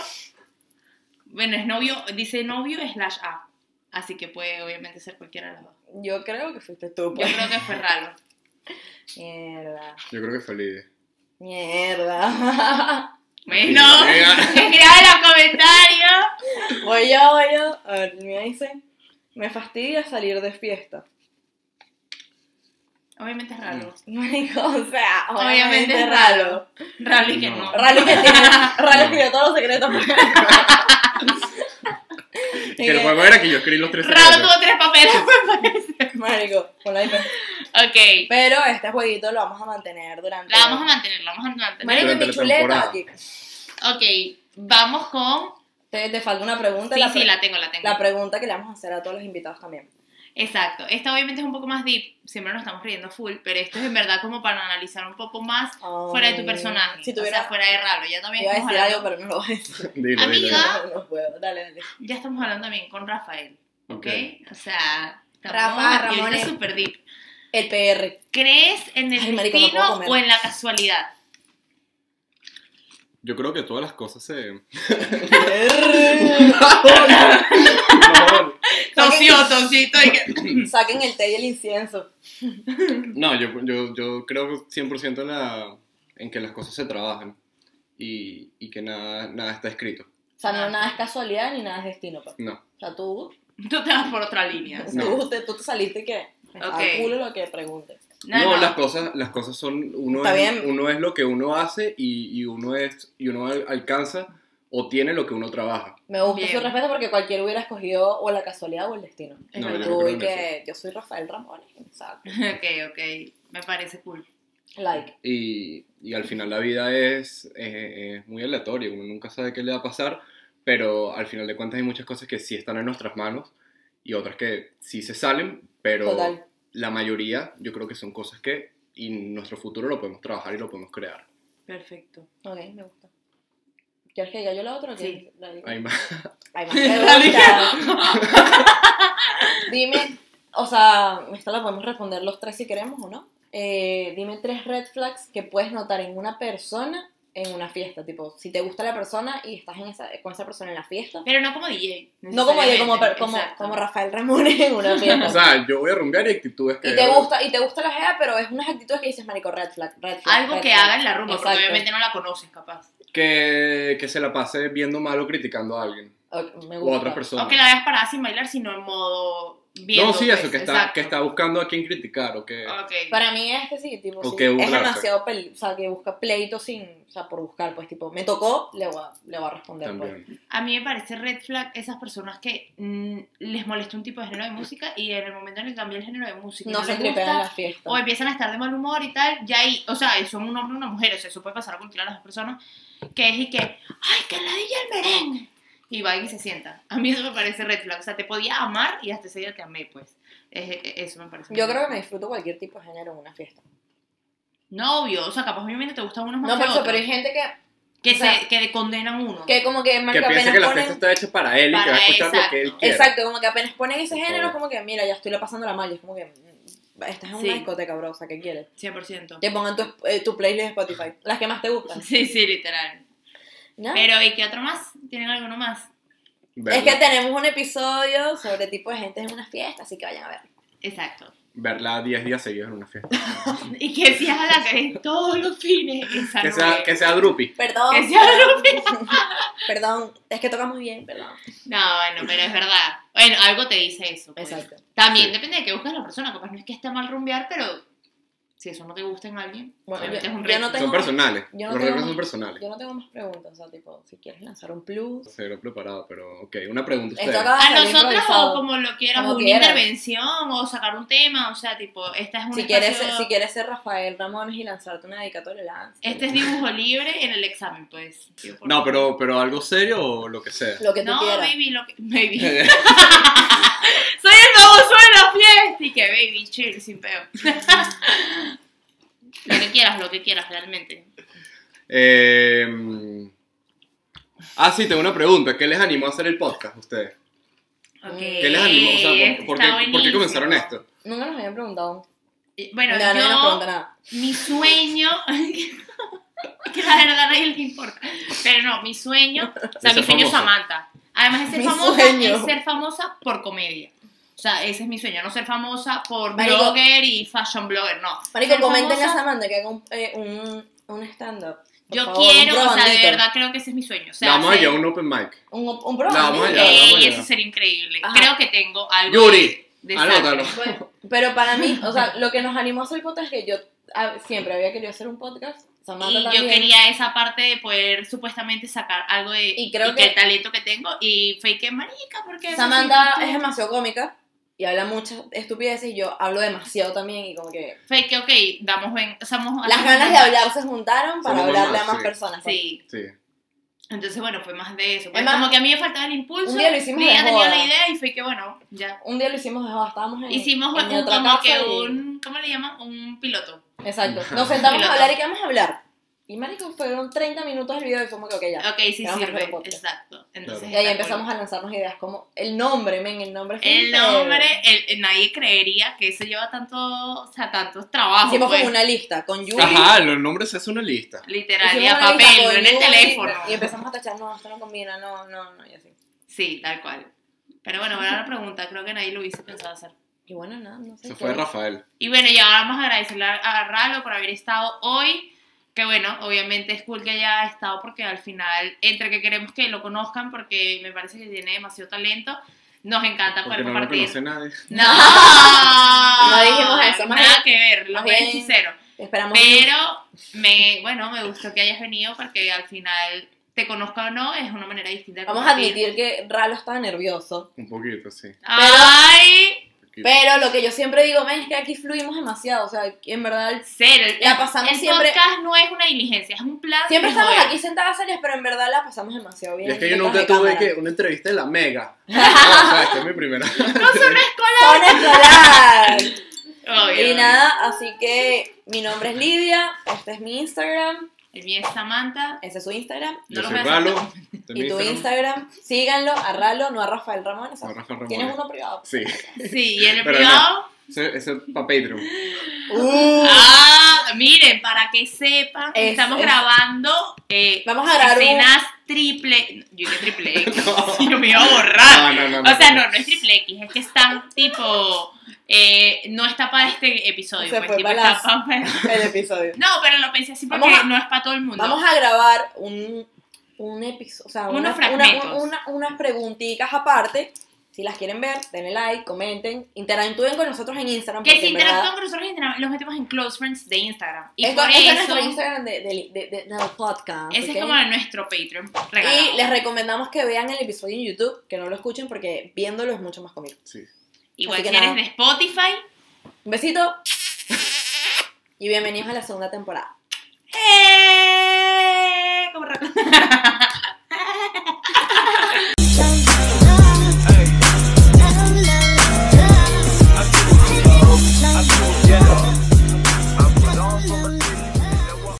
S1: Bueno, es novio, dice novio slash A. Así que puede obviamente ser cualquiera de las dos.
S2: Yo creo que fuiste tú.
S1: Yo
S2: pues.
S1: creo que fue raro.
S2: Mierda.
S3: Yo creo que fue Lidia.
S2: Mierda.
S1: Bueno,
S3: Mira.
S1: escriban en los comentarios.
S2: voy yo, voy yo. A ver, me dice. Me fastidia salir de fiesta.
S1: Obviamente es raro.
S2: Marico, o sea,
S1: Obviamente
S2: obviamente
S1: es
S2: raro.
S1: Raro y que no.
S3: No.
S2: Mm. Raro que tiene, raro escribió todos los secretos.
S3: Que el juego era que yo escribí los tres
S1: Raro
S3: secretos.
S1: tuvo tres papeles, me parece.
S2: Marico, con la diferencia.
S1: Ok.
S2: Pero este jueguito lo vamos a mantener durante.
S1: La vamos a mantener, la vamos a mantener.
S2: Marico,
S3: Durante
S2: mi
S3: la
S2: chuleta.
S3: temporada.
S2: aquí.
S1: Ok, vamos con.
S2: Te, te falta una pregunta.
S1: Sí,
S2: la,
S1: sí,
S2: pre-
S1: la tengo, la tengo.
S2: la pregunta que le vamos a hacer a todos los invitados también.
S1: Exacto. Esta obviamente es un poco más deep. Siempre nos estamos riendo full, pero esto es en verdad como para analizar un poco más fuera de tu
S2: Ay,
S1: personaje.
S2: Si
S1: O
S2: tuviera.
S1: sea, fuera de raro. Ya también
S2: iba a
S1: estamos
S2: decir algo,
S1: hablando-
S2: pero no lo voy a decir.
S3: Dilo, dilo, dilo.
S1: Amiga.
S2: No, no puedo. Dale, dale.
S1: Ya estamos hablando también con Rafael. ¿Ok?
S3: Ok.
S1: O sea.
S2: Rafa,
S1: y ahorita
S2: Ramones.
S1: es super deep.
S2: El PR.
S1: ¿Crees en el
S2: Ay, marico, no
S1: destino
S2: puedo comer.
S1: o en la casualidad?
S3: Yo creo que todas las cosas se.
S1: Tosió, tosito. y que-
S2: Saquen el té y el incienso.
S3: No, yo, yo, yo creo 100% en, la, en que las cosas se trabajan y, y que nada, nada está escrito.
S2: O sea, no nada es casualidad ni nada es destino. pues.
S3: No.
S2: O sea, tú
S1: Tú te vas por otra línea.
S3: No.
S2: Tú, te, tú te saliste que
S1: Ok.
S2: al culo lo que preguntes.
S1: No,
S3: No,
S1: no.
S3: las cosas, las cosas son, uno
S2: Está
S3: es,
S2: bien.
S3: uno es lo que uno hace y, y uno es, y uno al- alcanza o tiene lo que uno trabaja.
S2: Me gusta
S1: Bien.
S2: su respeto porque cualquiera hubiera escogido o la casualidad o el destino.
S1: Es
S3: No,
S1: verdad.
S3: yo creo
S2: Uy,
S3: en
S2: que yo soy Rafael Ramones, ¿sabes?
S1: Ok, ok. Me parece cool.
S2: Like.
S3: Y, y al final la vida es, eh, es muy aleatoria, uno nunca sabe qué le va a pasar, pero al final de cuentas hay muchas cosas que sí están en nuestras manos y otras que sí se salen, pero
S2: Total.
S3: la mayoría yo creo que son cosas que en nuestro futuro lo podemos trabajar y lo podemos crear.
S1: Perfecto.
S2: Ok, me gusta. ¿Quieres que diga yo la otra o
S1: Sí.
S2: quieres que la diga?
S3: Hay más.
S2: Ay,
S1: La
S2: más preguntas. Dime, o sea, esta la podemos responder los tres si queremos o no. Eh, dime tres red flags que puedes notar en una persona en una fiesta. Tipo, si te gusta la persona y estás en esa, con esa persona en la fiesta.
S1: Pero no como DJ.
S2: No como yo, como, per-
S1: necesariamente.
S2: como,
S1: Exacto.
S2: como Rafael Ramones en una fiesta.
S3: O sea, yo voy a rumbear y actitudes que...
S2: Y te gusta, y te gusta la jea, pero es unas actitudes que dices, marico, red flag, red flag.
S1: Algo
S2: red
S1: que
S2: flag".
S1: haga en la rumba, porque
S2: Exacto.
S1: obviamente no la conoces, capaz.
S3: Que, que se la pase viendo mal o criticando a alguien
S2: Ok, me
S3: o
S2: gusta.
S3: a otras personas.
S1: O que la veas parada sin bailar, sino en modo viendo,
S3: no, sí, eso,
S1: pues,
S3: que, está,
S1: exacto.
S3: que está buscando a quien criticar o
S2: Ah,
S3: que...
S1: Ok.
S2: Para mí es que sí, tipo,
S3: O
S2: sí,
S3: que
S2: es
S3: burlarse.
S2: demasiado, pele- o sea, que busca pleito sin, o sea, por buscar, pues, tipo, me tocó, le voy a, le voy a responder, pues.
S3: también.
S1: A mí me parece red flag esas personas que mm, les molesta un tipo de género de música y en el momento en el que cambia el género de música y
S2: No se
S1: les
S2: tripean en
S1: gusta,
S2: las fiestas.
S1: o empiezan a estar de mal humor y tal, ya ahí, o sea, son un hombre y una mujer, o sea, eso puede pasar a cualquiera de las dos personas, que es y que, ay, que la DJ el merengue, y va y se sienta. A mí eso me parece red flag, o sea, te podía amar y hasta ese día te amé, pues. Es- es- eso me parece.
S2: Yo
S1: muy
S2: creo que
S1: mal.
S2: me disfruto cualquier tipo de género en una fiesta.
S1: No, obvio, o sea, capaz obviamente te gustan unos más
S2: No,
S1: que
S2: por eso,
S1: otros,
S2: pero hay gente que,
S1: que,
S2: o sea,
S1: se, que condenan uno.
S2: que como que
S3: Que
S2: marca
S3: piensa
S2: apenas
S3: que la
S2: ponen...
S3: fiesta está hecha para él y que
S1: Para
S3: va a escuchar lo
S1: exacto.
S3: que él quiere.
S2: Exacto, como que apenas ponen ese
S3: Por
S2: género,
S3: favor.
S2: como que, mira, ya estoy la pasando la mal, y es como que, mm, estás en
S1: Sí.
S2: una discoteca, bro, o sea, ¿qué quieres?
S1: 100%.
S2: Que pongan tu, eh, tu playlist de Spotify, las que más te gustan.
S1: Sí, sí, literal.
S2: ¿no?
S1: Pero, ¿y qué otro más? ¿Tienen alguno más?
S2: Es
S3: Verla,
S2: que tenemos un episodio sobre tipo de gente en una fiesta, así que vayan a ver.
S1: Exacto.
S3: verla 10 días seguidos en una fiesta.
S1: Y que seas a la que todos los fines.
S2: Ah,
S1: Esa
S3: que,
S1: no
S3: sea,
S2: eh.
S1: es.
S3: que sea Drupi.
S2: Perdón.
S1: Que sea
S2: perdón. perdón, es que toca muy bien, perdón.
S1: No, bueno, pero es verdad. Bueno, algo te dice eso. pues.
S2: Exacto.
S1: También
S3: Sí.
S1: depende de qué busques la persona. Capaz no es que esté mal rumbear, pero si eso no te gusta en alguien,
S2: Bueno,
S1: obviamente
S2: yo-
S1: es un
S2: yo
S1: reto.
S2: no tengo-
S3: Son personales.
S2: yo no
S3: Los
S2: tengo
S3: reglas son
S2: más-
S3: personales.
S2: Yo no tengo más preguntas, o sea, tipo, si quieres lanzar un plus.
S3: Cero preparado, pero ok. Una pregunta a
S2: Esto
S3: ustedes.
S2: acaba de
S1: A
S2: Ah, salir
S1: nosotros
S2: improvisado.
S1: o como lo quieras,
S2: Como
S1: una
S2: quieras.
S1: intervención o sacar un tema, o sea, tipo, esta es una
S2: Si quieres, ser- si quieres ser Rafael Ramones y lanzarte una dedicatoria, lanza.
S1: Este es dibujo libre en el examen, pues. Yo por-
S3: No, pero, pero algo serio o lo que sea.
S2: Lo que tú
S1: No,
S2: quieras.
S1: baby, lo que... Baby. Soy el famoso de la fiesta y que baby, chill, sin peo. lo que quieras, lo que quieras, realmente.
S3: Eh, ah, sí, tengo una pregunta. ¿Qué les animó a hacer el podcast a ustedes?
S1: Ok,
S3: ¿Qué les animó? O
S2: Eh,
S3: sea, ¿por, por
S1: está
S3: qué, por qué
S1: buenísimo.
S3: comenzaron esto?
S2: Nunca nos habían preguntado.
S1: Eh, Bueno,
S2: Nada, nadie nos
S1: yo,
S2: pregunta nada.
S1: mi sueño, que la verdad no es el que importa, pero no, mi sueño, o sea,
S3: Es
S1: mi
S3: ser
S1: sueño es
S3: famosa.
S1: Samantha. Además de ser
S2: Mi
S1: famosa,
S2: sueño.
S1: es ser famosa por comedia. O sea, ese es mi sueño, no ser famosa por
S2: Marico.
S1: blogger y fashion blogger, no.
S2: Marico,
S1: Ser
S2: coméntenle a
S1: famosa-
S2: Samantha que haga un, eh, un, un stand-up. Por
S1: Yo
S2: favor,
S1: quiero,
S2: un
S1: o sea, de
S2: probandito.
S1: verdad creo que ese es mi sueño. O sea,
S3: La vamos
S1: ser-
S3: allá a un open mic.
S2: Un, un
S3: La vamos
S2: probandito.
S3: allá, la vamos
S1: Ey,
S3: allá.
S1: eso sería increíble.
S2: Ajá.
S1: Creo que tengo algo
S3: Yuri,
S1: de, de
S3: anótalo.
S1: sangre.
S2: Bueno, pero para mí, o sea, lo que nos animó a hacer el podcast es que yo ah, siempre había querido hacer un podcast. Samantha
S1: Y yo
S2: también.
S1: quería esa parte de poder supuestamente sacar algo de
S2: Y creo
S1: que
S2: que-
S1: el talento que tengo y fake marica porque
S2: Samantha es
S1: es
S2: demasiado cómica y habla muchas estupideces y yo hablo demasiado también y como que
S1: fake, ok, damos buen, somos
S2: las ganas de hablar se juntaron para
S3: Somos
S2: hablarle
S3: mamás,
S2: a más
S3: sí.
S2: personas. pues.
S1: Sí.
S3: Sí.
S1: Entonces, bueno, fue más de eso. Pues,
S2: Es más,
S1: como que a mí me faltaba el impulso.
S2: un día lo hicimos
S1: yo ya
S2: de
S1: tenía
S2: joda.
S1: la idea y fue que bueno, ya.
S2: Un día lo hicimos de joda, estábamos en
S1: Hicimos
S2: en mi
S1: un-
S2: otra
S1: como que
S2: casa y-
S1: un, ¿cómo le llaman? Un piloto.
S2: Exacto. Nos sentamos
S1: Piloto.
S2: a hablar y que vamos a hablar. Y marico, fueron 30 minutos el video y como que ok ya.
S1: Ok, sí
S2: Vamos a hacer
S1: sirve.
S2: un podcast.
S1: Exacto. Entonces,
S2: Y ahí
S1: está
S2: empezamos a lanzarnos ideas como el nombre, men, el nombre. fue
S1: El
S2: un pedo.
S1: hombre, el- el- nadie creería que eso lleva tanto, o sea, tantos trabajos.
S2: Hicimos
S1: pues.
S2: como una lista con Yuri.
S3: Ajá, los nombres se hace una lista.
S1: Literal, y
S2: Hicimos
S1: a
S2: una lista
S1: papel, no
S2: con
S1: en el
S2: Yuri,
S1: teléfono.
S2: Y empezamos a tachar, no, esto no combina, no, no, no, y así.
S1: Sí, tal cual. Pero bueno, buena la pregunta, creo que nadie lo hubiese pensado hacer.
S2: Y bueno, nada, no sé.
S3: Se
S2: qué.
S3: fue Rafael.
S1: Y bueno, ya vamos a agradecerle a- a Ralo por haber estado hoy. Que bueno, obviamente es cool que haya estado porque al final, entre que queremos que lo conozcan porque me parece que tiene demasiado talento, nos encanta
S3: Porque
S1: poder
S3: no lo
S1: compartir.
S3: conoce nadie.
S1: No,
S2: No dijimos eso, más
S1: nada
S2: bien-
S1: que ver, lo
S2: más
S1: voy a
S2: bien-
S1: hechicero.
S2: Esperamos.
S1: Pero me, bueno, me gustó que hayas venido porque al final te conozca o no es una manera distinta. de
S2: Vamos a
S1: compartir.
S2: admitir que Ralo estaba nervioso.
S3: Un poquito, sí.
S1: Ay,
S3: un poquito.
S2: Pero lo que yo siempre digo, men, es que aquí fluimos demasiado. O sea, aquí en verdad.
S1: cero. El-
S2: La pasamos
S1: el
S2: siempre-
S1: podcast no es una diligencia, es un plan.
S2: Siempre
S1: de
S2: estamos
S1: joder.
S2: aquí sentadas serias, pero en verdad la pasamos demasiado bien.
S3: Y es que yo
S2: detrás
S3: nunca
S2: de
S3: tuve
S2: cámara.
S3: que una entrevista en la mega. No, o sea, esta es mi primera.
S2: ¡Con escolar!
S1: Obvio,
S2: y
S1: obvio.
S2: nada, así que mi nombre es Lidia, este es mi Instagram,
S1: El mío es Samantha.
S2: ese es su Instagram.
S1: No
S3: Yo
S1: lo
S3: soy
S1: voy a
S3: Ralo. de mi
S2: Y tu Instagram, síganlo a Ralo, no a Rafael Ramón. o sea,
S3: No, Rafael Ramón.
S2: Tienes uno privado.
S3: Sí.
S1: Sí, y en el
S3: Pero
S1: privado.
S3: Ese es para Patreon.
S1: Ah, miren, para que sepan,
S2: Es-
S1: estamos
S2: es-
S1: grabando. eh,
S2: Vamos a grabar un-
S1: escenas triple. Yo dije triple X.
S3: No.
S1: Yo me iba a borrar.
S3: No, no, no.
S1: Ah. O sea, no, no es triple X, es que están tipo. eh, no está para este episodio.
S2: Se
S1: pues,
S2: fue
S1: tipo,
S2: para
S1: está pa-
S2: El episodio.
S1: No, pero lo pensé así porque
S2: Vamos a-
S1: no es para todo el mundo.
S2: Vamos a grabar un, un episodio, o sea,
S1: Unos
S2: una- una-
S1: fragmentos.
S2: una- una- unas preguntitas aparte Si las quieren ver, denle like, comenten, interactúen con nosotros en Instagram.
S1: Que
S2: porque
S1: si
S2: en verdad-
S1: interactúan con nosotros en Instagram, los metemos en close friends de Instagram. Y
S2: Esto-
S1: por
S2: este es
S1: eso,
S2: nuestro Instagram de, del- de- de- del podcast.
S1: ese
S2: ¿ok?
S1: es como nuestro Patreon regalado.
S2: Y les recomendamos que vean el episodio en YouTube, que no lo escuchen porque viéndolo es mucho más cómico.
S3: Sí.
S1: Igual
S2: así
S1: si
S2: que
S1: eres
S2: nada.
S1: de Spotify,
S2: Un besito y bienvenidos a la segunda temporada.
S1: ¡eh!